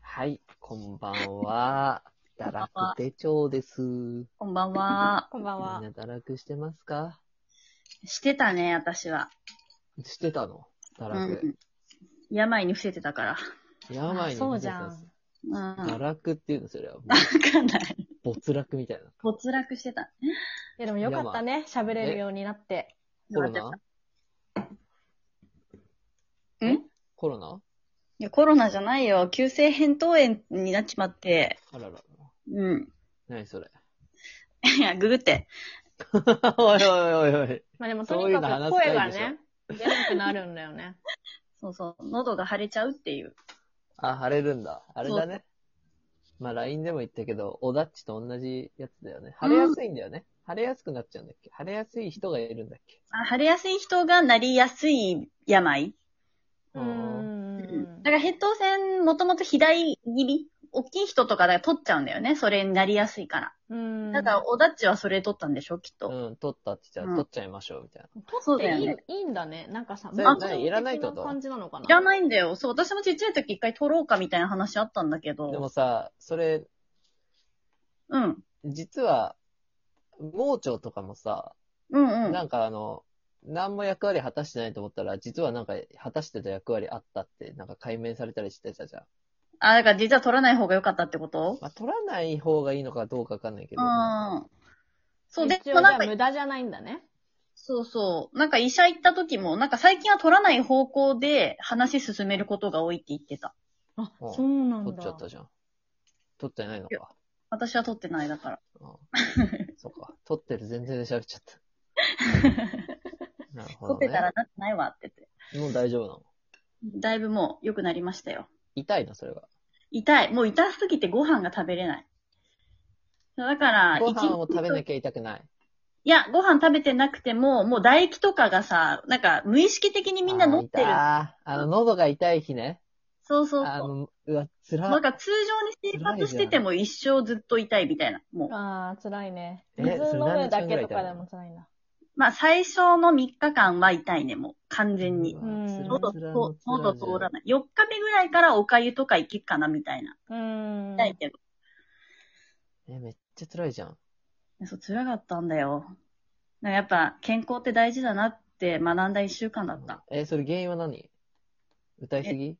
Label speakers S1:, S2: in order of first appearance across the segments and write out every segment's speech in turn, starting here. S1: はい、こんばんは。堕落手帳です。み
S2: こんばんは。
S3: こんばんは
S1: ん。な堕落してますか
S2: してたね、私は。
S1: してたの堕
S2: う
S1: 落。
S2: ん。病に伏せてたから。
S1: 病に
S3: そうじゃん
S1: 伏せ
S2: うん。
S1: たんです堕
S2: わ
S1: 落っていうのそれは。
S2: かんない。
S1: 没落みたいな。
S2: 没落してた。
S3: いやでもよかったね。喋れるようになって。
S1: コロ
S2: ん
S1: ナ
S2: い
S1: コロナ
S2: や、コロナじゃないよ。急性扁桃炎になっちまって。
S1: あらら。
S2: うん。
S1: 何それ。
S2: いや、ググって。
S1: おいおいおいおい。
S3: まあでも
S1: そ
S3: と
S1: う
S3: に
S1: いう
S3: か
S1: の話
S3: く
S1: したい
S3: 声
S1: でしょ
S3: がね、出なくなるんだよね。
S2: そうそう。喉が腫れちゃうっていう。
S1: あ、晴れるんだ。あれだね。まあ、LINE でも言ったけど、おだっちと同じやつだよね。晴れやすいんだよね。晴れやすくなっちゃうんだっけ晴れやすい人がいるんだっけ
S2: あ腫れやすい人がなりやすい病。
S3: う
S1: うん
S3: ん
S2: だ。から、扁桃腺、もともと肥大気味。大きい人とかだから取っちゃうんだよね。それになりやすいから。
S3: うん。
S2: だから、おだっちはそれ取ったんでしょ、きっと。
S1: うん、取ったって言った
S2: うん
S1: ら取っちゃいましょう、みたいな。
S2: そう
S3: で
S2: だよ
S3: い
S2: ね。
S3: いいいんだね。なんかさ、
S1: それ
S3: 物理
S1: 何いらないってこと
S3: 的感じなのかな。。
S2: いらないいんだよ。そう、私もちっちゃい時一回取ろうかみたいな話あったんだけ
S1: で
S2: ど。
S1: もさ、それ、
S2: うん。
S1: 実は、盲腸とかもさ、
S2: うんうん。
S1: なんかあの、何も役割果たしてないと思ったら、実はなんか果たしてた役割あったって、なんか解明されたりしてたじゃん。
S2: あ、だから実は取らない方が良かったってこと
S1: まあ、取らない方がいいのかどうかわかんないけ
S2: う
S1: ど。
S2: ん。そう、で
S3: 一応
S2: も
S3: じ
S2: な
S3: ゃ
S2: ん
S3: あ
S2: か、
S3: 無駄じゃないんだね。
S2: そうそう。なんか医者行った時も、なんか最近は取らない方向で話進めることが多いって言ってた。
S3: あ、
S1: うん
S3: そうなんだ。
S1: 取っちゃったじゃん。取ってないのか。
S2: 私は取ってないだから。
S1: うん、 そうか。取ってる全然で喋っちゃ った。なるほど、
S2: 取
S1: ね。
S2: ってたらなってないわって言
S1: もう大丈夫なの。
S2: って。だいぶもう良くなりましたよ。
S1: 痛いの、それは。
S2: 痛い。もう痛すぎてご飯が食べれない。だから、
S1: ご飯を食べ
S2: い
S1: なきゃ痛くない。
S2: いや、ご飯食べてなくても、もう唾液とかがさ、なんか無意識的にみんな飲んでる。
S1: あー痛いあの、喉が痛い日ね。
S2: そうそう
S1: あ
S2: そう。
S1: の、うわ、つ
S2: なん
S1: ら。
S2: か通常に生活してても一生ずっと痛いみたいな。もう。
S3: ああ、辛いね。
S1: え
S3: 水飲むだけと
S1: それ何日間ぐら
S3: か
S1: いだ
S3: で
S1: よ
S3: も辛いんだ。
S2: まあ最初の3日間は痛いね、もう。完全に
S1: う。
S3: う
S1: わ
S3: ん
S1: つら
S2: 喉
S1: つら
S2: と、喉
S1: のつらじゃん
S2: 通らない。4日目ぐらいからおかゆとかいけっかな、みたいな。
S3: うん。
S2: 痛いけど。
S1: え、めっちゃ辛いじゃん。
S2: そう、辛かったんだよ。だからやっぱ健康って大事だなって学んだ1週間だ った。
S1: え、それ原因は何歌いすぎ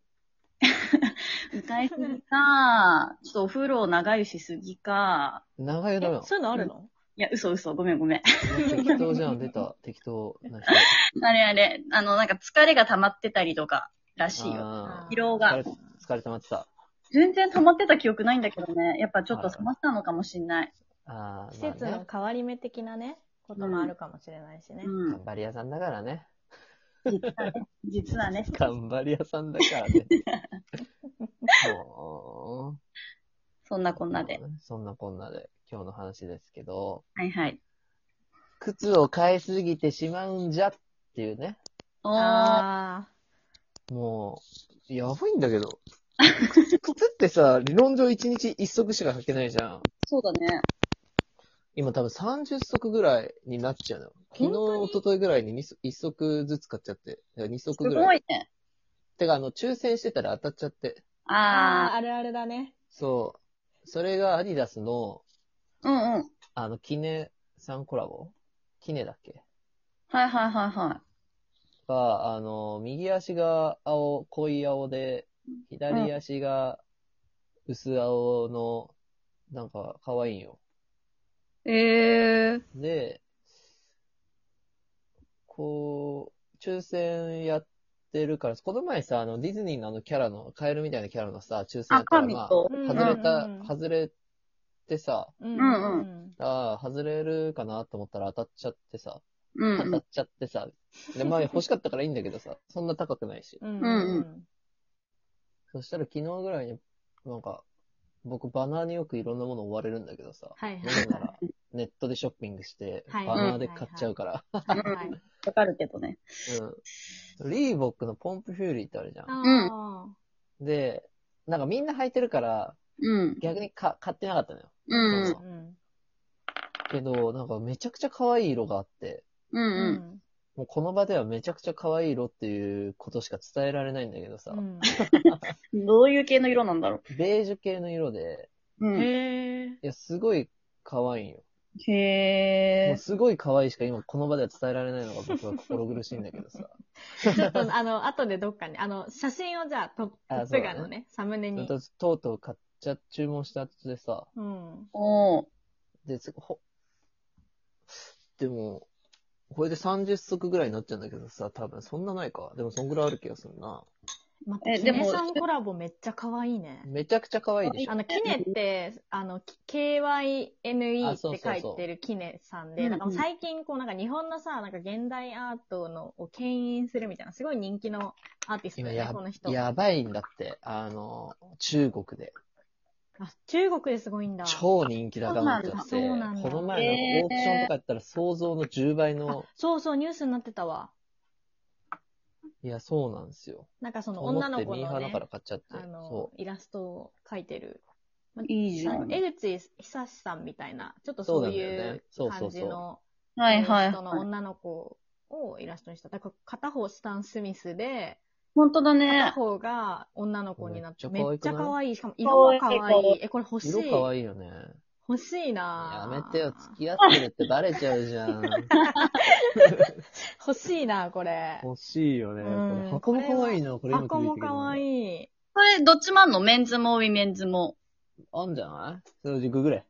S2: 歌いすぎか、ちょっとお風呂を長湯しすぎか、
S1: 長湯
S3: え
S1: だよ。
S3: そういうのあるの
S2: いや、嘘嘘、ごめんごめん。
S1: 適当じゃん、出 た。適当な人。
S2: あれあれ、あの、なんか疲れが溜まってたりとか、らしいよ。
S1: あ
S2: 疲労
S1: ー疲
S2: が
S1: れ。疲れ溜まってた。
S2: 全然溜まってた記憶ないんだけどね。やっぱちょっと
S1: あら
S2: 溜まってたのかもしんない。
S1: あー
S3: 季節
S1: まあね
S3: の変わり目的なね、こともあるかもしれないしね。
S2: うん
S1: 頑。張り屋さんだから ね。
S2: 実はね。実はね。
S1: 頑張り屋さんだから ね。も
S2: そんな
S1: う
S2: こんなで。。
S1: そんなこんなで、今日の話ですけど、
S2: はいはい。
S1: 靴を買いすぎてしまうんじゃっていうね。
S2: おー。
S3: ああ。
S1: もう、やばいんだけ ど。靴靴ってさ、理論上1日1足しか履けないじゃん。
S2: そうだね。
S1: 今多分30足ぐらいになっちゃうのよ。昨日、
S3: 本当に
S1: 一昨日ぐらいに二足1足ずつ買っちゃって。2足
S2: す
S1: ぐら
S2: ご
S1: い。
S2: いね。
S1: てか、あの、抽選してたら当たっちゃって。
S3: あ
S2: あ
S3: あ、あるあるだね。
S1: そう。それがアディダスの、
S2: ー。うんうん。
S1: あの、キネさんコラボキネだっけ
S2: はいはいはいは
S1: が、あの、右足が青、濃い青で、左足が薄青の、なんか、可愛いんよ。
S2: い。えー。
S1: で、こう、抽選やってるから、この前さ、あの、ディズニーのあのキャラの、カエルみたいなキャラのさ、抽選や
S2: あ、
S1: ったら、
S2: 神
S1: まあ、
S2: と。
S3: うん
S1: 外れた
S3: うん、
S1: 外れてさ、
S3: うん
S2: うん
S3: ん。
S1: ああ、外れるかなと思ったら当たっちゃってさ、
S2: う
S1: 当
S2: ん
S1: たっちゃってさ、で、前欲しかったからいいんだけどさ、そんな高くないし。
S3: うん
S2: うんう
S1: そしたら昨日ぐらいに、なんか、僕バナーによくいろんなもの追われるんだけどさ、
S3: はい
S1: な
S3: はい
S1: ぜならネットでショッピングして、
S3: は
S1: バ
S3: い
S1: ナーで買っちゃうから。
S3: はい。
S2: わかるけどね。
S1: うん。リーボックのポンプフューリーってあるじゃん。
S3: あ
S1: で、なんかみんな履いてるから、
S2: うん。
S1: 逆にか買ってなかったのよ。
S2: うん
S1: そう
S3: あ。
S1: けど、なんかめちゃくちゃ可愛い色があって、
S2: う
S3: うん
S2: うん。
S3: ん。
S1: もうこの場ではめちゃくちゃ可愛い色っていうことしか伝えられないんだけどさ、
S3: うん
S2: どういう系の色なんだろ
S1: ベージュ系の色で、
S2: う。うん。
S3: へえ。
S1: いや、すごい可愛いよ。も
S2: へ
S1: うすごい可愛いしか今この場では伝えられないのが僕は心苦しいんだけど さ。
S3: ちょっと、あの、後でどっかに、あの、写真をじゃあ、ト
S1: あ
S3: ップガンのね、サムネに。
S1: 私とうとう買っちゃ、注文した後でさ、
S3: うん。
S2: おー。
S1: で、すほ、でも、これで30足ぐらいになっちゃうんだけどさ、多分そんなないか。でもそんぐらいある気がするな。
S3: また、
S2: え
S3: キ
S2: でも
S3: ネさんコラボめっちゃ可愛いね。
S1: めちゃくちゃ可愛いでし
S3: あ
S1: ょ。
S3: の、キネって、あの、き KYNE
S1: あ
S3: っ
S1: そう
S3: て
S1: そうそう
S3: 書いてるキネさん
S2: うんう
S3: で、
S2: ん
S3: なんかもう最近、こうなんか日本のさ、なんか現代アートのを牽引するみたいな、すごい人気のアーティスト
S1: 今
S3: だよ
S1: や
S3: ね、この、人。
S1: やばいんだって。あの、中国で。
S3: あ中国ですごいんだ。
S1: 超人気高まっちゃっ
S3: そ
S1: て、
S3: うなんだ
S1: この前のオークションとかやったら想像の10倍の、
S3: そうそう、ニュースになってたわ。
S1: いや、そうなんですよ。
S3: なんかそ
S1: と
S3: の
S1: 思
S3: 女
S1: っ
S3: の
S1: て
S3: 子
S1: ミー
S3: の
S1: ハーだ
S3: ね
S1: か、ら買っちゃって。
S3: あの
S1: そ、
S3: イラストを描いてる。
S2: いいじゃ
S3: あの
S2: ん。
S3: 江口久志さんみたいな、ちょっとそう
S1: そうなんだ
S3: い
S1: よね
S3: う
S1: そうそうそう
S3: 感じの
S2: は
S3: イ
S2: いは
S3: ラ
S2: い
S3: スト。の女の子をイラストにした。だから片方スタン・スミスで、
S2: 本当だ
S3: 片
S2: ね。
S3: 方が女の子になって、
S1: め
S3: め
S1: っ
S3: っ
S1: ち
S3: ち
S1: ゃ
S3: ゃ
S1: 可
S3: 可愛い。しかも色も
S2: 可
S3: 可
S2: 愛い
S3: 愛い。え、これ欲
S1: う。
S3: しい。
S1: 色可愛いよね。
S3: 欲しい
S1: や
S3: な
S1: め
S3: ぁ
S1: てよ、付き合ってるってバレちゃうじゃん。
S3: 欲しいなぁこれ。
S1: 欲しいよね。こ
S3: うん
S1: れ箱も可愛いな、これ今
S3: 箱
S1: 気づい
S3: も
S1: たけど
S3: 可愛い。
S2: これ、どっちもあんのメンズもウィメンズも。
S1: あんじゃないそれググれ。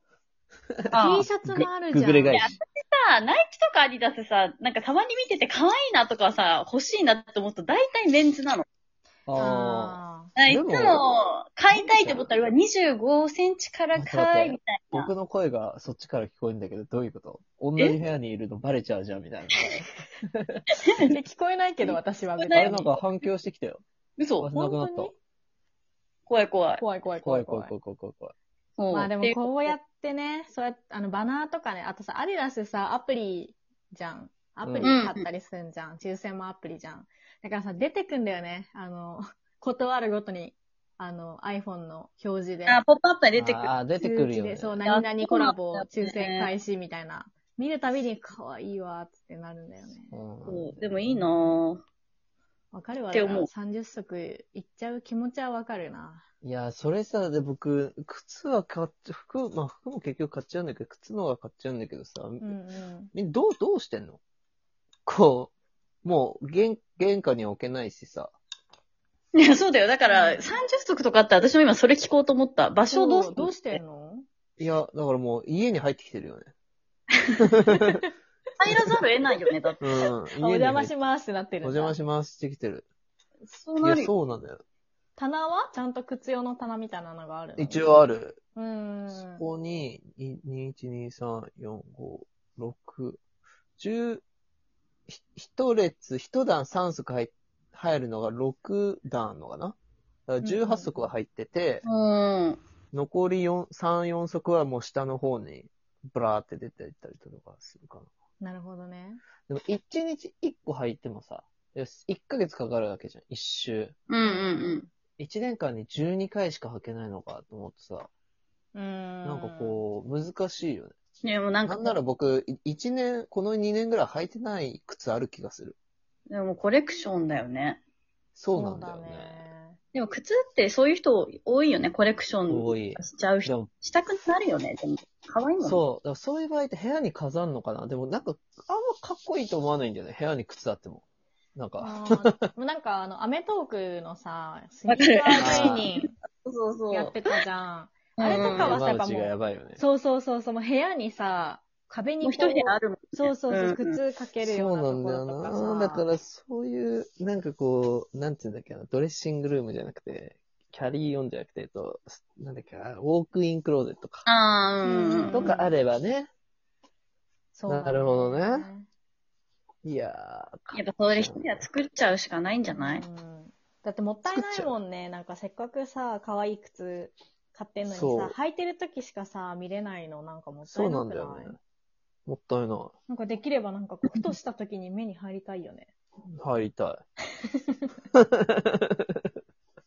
S2: あ
S3: T シャツもあるじゃ
S1: グ
S3: ん。
S1: グれ返
S3: いや
S1: し。
S2: さ、ナイキとかアディダスさ、なんかたまに見てて可愛いなとかさ、欲しいなって思うと大体メンズなの。
S1: ああ。
S3: あ
S2: い
S1: で
S2: つ
S1: も
S2: も買いたいって思ったらうわ25センチからかいみたいな。
S1: 僕の声がそっちから聞こえるんだけど、どういうこと同じ部屋にいるのバレちゃうじゃん、みたいな。
S3: ーいや聞こえないけど、私は別に。
S1: あれなんか反響してきたよ。
S2: 嘘
S1: な
S3: 本
S1: くな
S3: 当
S1: っ
S3: に
S1: た。
S2: 怖い怖い。
S3: 怖い怖い怖
S1: 怖
S3: い
S1: い怖
S3: 怖
S1: い
S3: い。
S1: 怖い怖い怖い怖い。
S2: うん
S3: まあでも
S2: で
S3: こうやってね、そうやって、あの、バナーとかね、あとさ、アディダスさ、アプリじゃん。ア
S2: う
S3: プリ
S2: ん
S3: 買ったりすんじゃん。抽選もアプリじゃん。だからさ、出てくんだよね。あの、 断るごとに、あの、iPhone の表示で。
S2: あ、ポップアップに出てくる。
S1: ああ、出てくるよね
S3: 通知で。そう、何々コラボ
S2: そうなんだよ
S3: 抽
S2: ね
S3: 選開始みたいな。見るたびに可愛いわ、つってなるんだよね。
S1: うん
S2: そうでもいいなぁ。
S3: わかるわ。
S2: って思う
S3: だから30足いっちゃう気持ちはわかるな。
S1: いや、それさ、で、僕、靴は買っちゃ、服、まあ服も結局買っちゃうんだけど、靴の方が買っちゃうんだけどさ、
S3: うんうん。
S1: みどう、どうしてんのこう、もう、玄、玄関には置けないしさ。
S2: いや、そうだよ。だから、30足とかあって、私も今それ聞こうと思った。場所どうす
S3: そうどうしてんの
S1: いや、だからもう、家に入ってきてるよね。
S2: 入らざるを得ないよね、だって。
S1: うん。
S3: あお邪魔
S1: ます。
S3: しますってなって
S1: お
S3: るんだ
S1: 邪魔しますしてきてる。
S2: そう
S1: い
S2: な
S1: や、
S2: るよ。
S1: そうなんだよ。
S3: 棚はちゃんと靴用の棚みたいなのがあるの
S1: 一。応ある。
S3: うーん。
S1: そこに、い1,2,3,4,5,6,10ひ一列、一段3足入入るのが6段あんのかなだから
S3: うんう
S1: ?18
S3: ん
S1: 足は入ってて、
S2: うん。
S1: 残り4 3、4足はもう下の方に、ブラーって出ていったりとかするか
S3: なるほどね。
S1: な。でも1日1個履いてもさ、よし1ヶ月かかるわけじゃん、1周。
S2: うんうん
S1: 1年間に12回しか履けないのかと思ってさ、
S3: うーん。
S1: なんかこう、難しいよね。
S2: うん。でもなん
S1: な
S2: か、
S1: んなら僕、1年、この2年ぐらい履いてない靴ある気がする。
S2: でもコレクションだよね。
S1: そうなんだよね。
S2: でも靴ってそういう人多いよね、コレクショ
S1: 多
S2: ン
S1: い。
S2: しちゃう
S1: で
S2: 人。
S1: も、
S2: したくなるよね、でも。可愛いもんね。
S1: そう。だからそういう場合って部屋に飾るのかなでもなんか、あんまかっこいいと思わないんだよね。部屋に靴あっても。なんか、
S3: そうだね。あーもうなんかあの、アメトークのさ、スニ
S2: わかる
S3: ーカー芸人
S2: そうそう
S3: やってたじゃん。
S2: うん
S3: あれとかはさ、やっ
S1: 山
S3: ぱ
S1: 内
S3: も
S1: がや
S3: う、
S1: ばいよね。
S3: そうそうそう、そうもう部屋にさ、壁に
S2: もう
S3: こ
S2: 一部屋あるもんね。
S3: そうそうそう、
S2: んん
S3: 靴かけるような
S1: そ
S3: と
S1: う
S3: こ
S1: なん
S3: ろ
S1: だ
S3: とか
S1: よ
S3: さ。
S1: な。だからそういう、なんかこう、なんていうんだっけな、ドレッシングルームじゃなくて、キャリーオンじゃなくて、えっと、なんだっけな、ウォークインクローゼットか。
S2: ああ、うんうん。
S1: とかあればね。
S3: そうなんだ
S1: なるほどね
S3: よ。
S1: いやー。
S2: やっぱそれ一人は作っちゃうしかないんじゃない
S3: うんだってもったいないもんね。なんかせっかくさ、可愛い靴買ってんのに
S1: そう
S3: さ、履いてる時しかさ、見れないのなんかもった
S1: そ
S3: いうな
S1: な
S3: く
S1: ん
S3: な
S1: だ
S3: い
S1: よ
S3: な,、
S1: ね。もったいなん
S3: かできればなんかこうふとした時に目に入りたいよね。
S1: い。入りたい。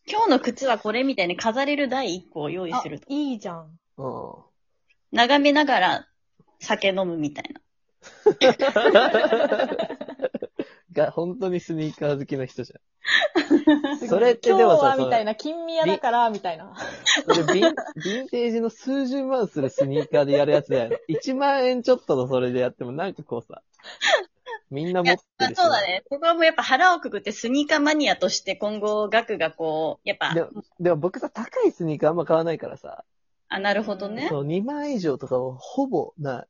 S2: 今日の靴はこれみたいに飾れる第一個を用意
S3: あ
S2: すると。
S3: いいじゃん。
S1: うん。
S2: 眺めながら酒飲むみたいな。
S1: カー、本当にスニーカー好きな人じゃん。
S3: ん。
S1: それってでも
S3: 今
S1: さ、
S3: 日はみたいな、金宮だから、みたいな。
S1: そのそれヴィンヴィンテージの数十万するスニーカーでやるやつだよね。1万円ちょっとのそれでやってもなんかこうさ、みんな持ってるし。
S2: そうだね。ここはもうやっぱ腹をくぐってスニーカーマニアとして今後、額がこう、やっぱ
S1: で、も、でも僕さ、高いスニーカーあんま買わないからさ、
S2: あ、なるほどね。
S1: そう2万円以上とかはほぼない。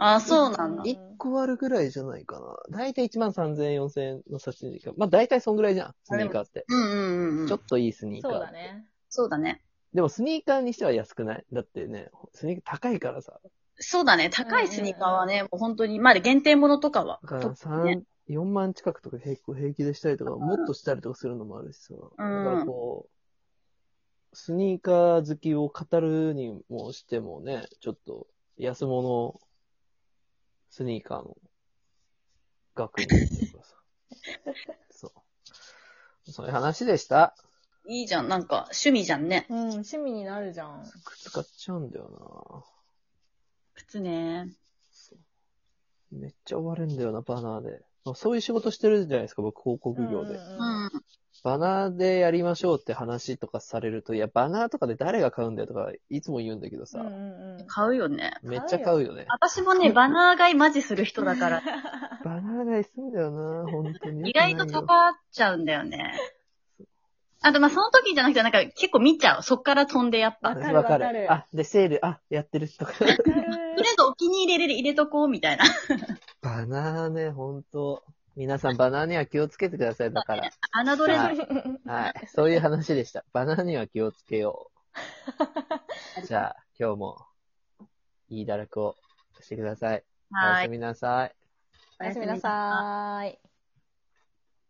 S2: あ、そうなんだ。
S3: うん
S1: 1個割るぐらいじゃないかな。だいたい1万3000円、4000円の差し入れか。まあ大体そんぐらいじゃん、スニーカーって。
S2: うんうんうん。
S1: ちょっといいスニーカー。
S3: そうだ。ね。
S2: そうだね。
S1: でもスニーカーにしては安くないだってね、スニーカー高いからさ。
S2: そうだね。高いスニーカーはね、もう本当に、まあ限定ものとかは。
S1: だから
S2: と
S1: 3、
S2: ね
S1: 4万近くとか平平気でしたりとか、もっとしたりとかするのもあるしさ。だからこう、スニーカー好きを語るにもしてもね、ちょっと安物スニーカーの額になってるから さ。そう。そういう話でした。
S2: いいじゃん。なんか、趣味じゃんね。
S3: うん、趣味になるじゃん。
S1: 靴買っちゃうんだよな
S2: 靴ね。
S1: そうめっちゃ追われんだよな、バナーで。まあそういう仕事してるじゃないですか、僕、広告業で。
S2: う
S3: うん
S2: ん。
S1: バナーでやりましょうって話とかされると、いや、バナーとかで誰が買うんだよとか、いつも言うんだけどさ、
S3: うん。
S2: 買うよね。
S1: めっちゃ買うよね。
S2: 私もね、バナー買いマジする人だから、
S3: ら。
S1: バナー買いすんだよな、本当に。
S2: 意外
S1: 良
S2: とか
S1: くないよ
S2: ばっちゃうんだよね。あと、まあ、その時じゃなくて、なんか結構見ちゃう。そっから飛んで、やっぱ。
S3: わ
S2: と
S3: かるわかる。
S1: あ、で、セール、あ、やってるとか。
S2: りあえずお気に入りで入れとこう、みたいな。
S1: バナーね、本当皆さん、バナーには気をつけてください、だから。
S2: 侮れ
S1: は
S2: ない
S1: い。 はい。そういう話でした。バナーには気をつけよう。じゃあ、今日も、いい堕落をしてください。おや
S2: は
S1: す
S2: い。
S1: みなさい。
S3: おやすみなさーい。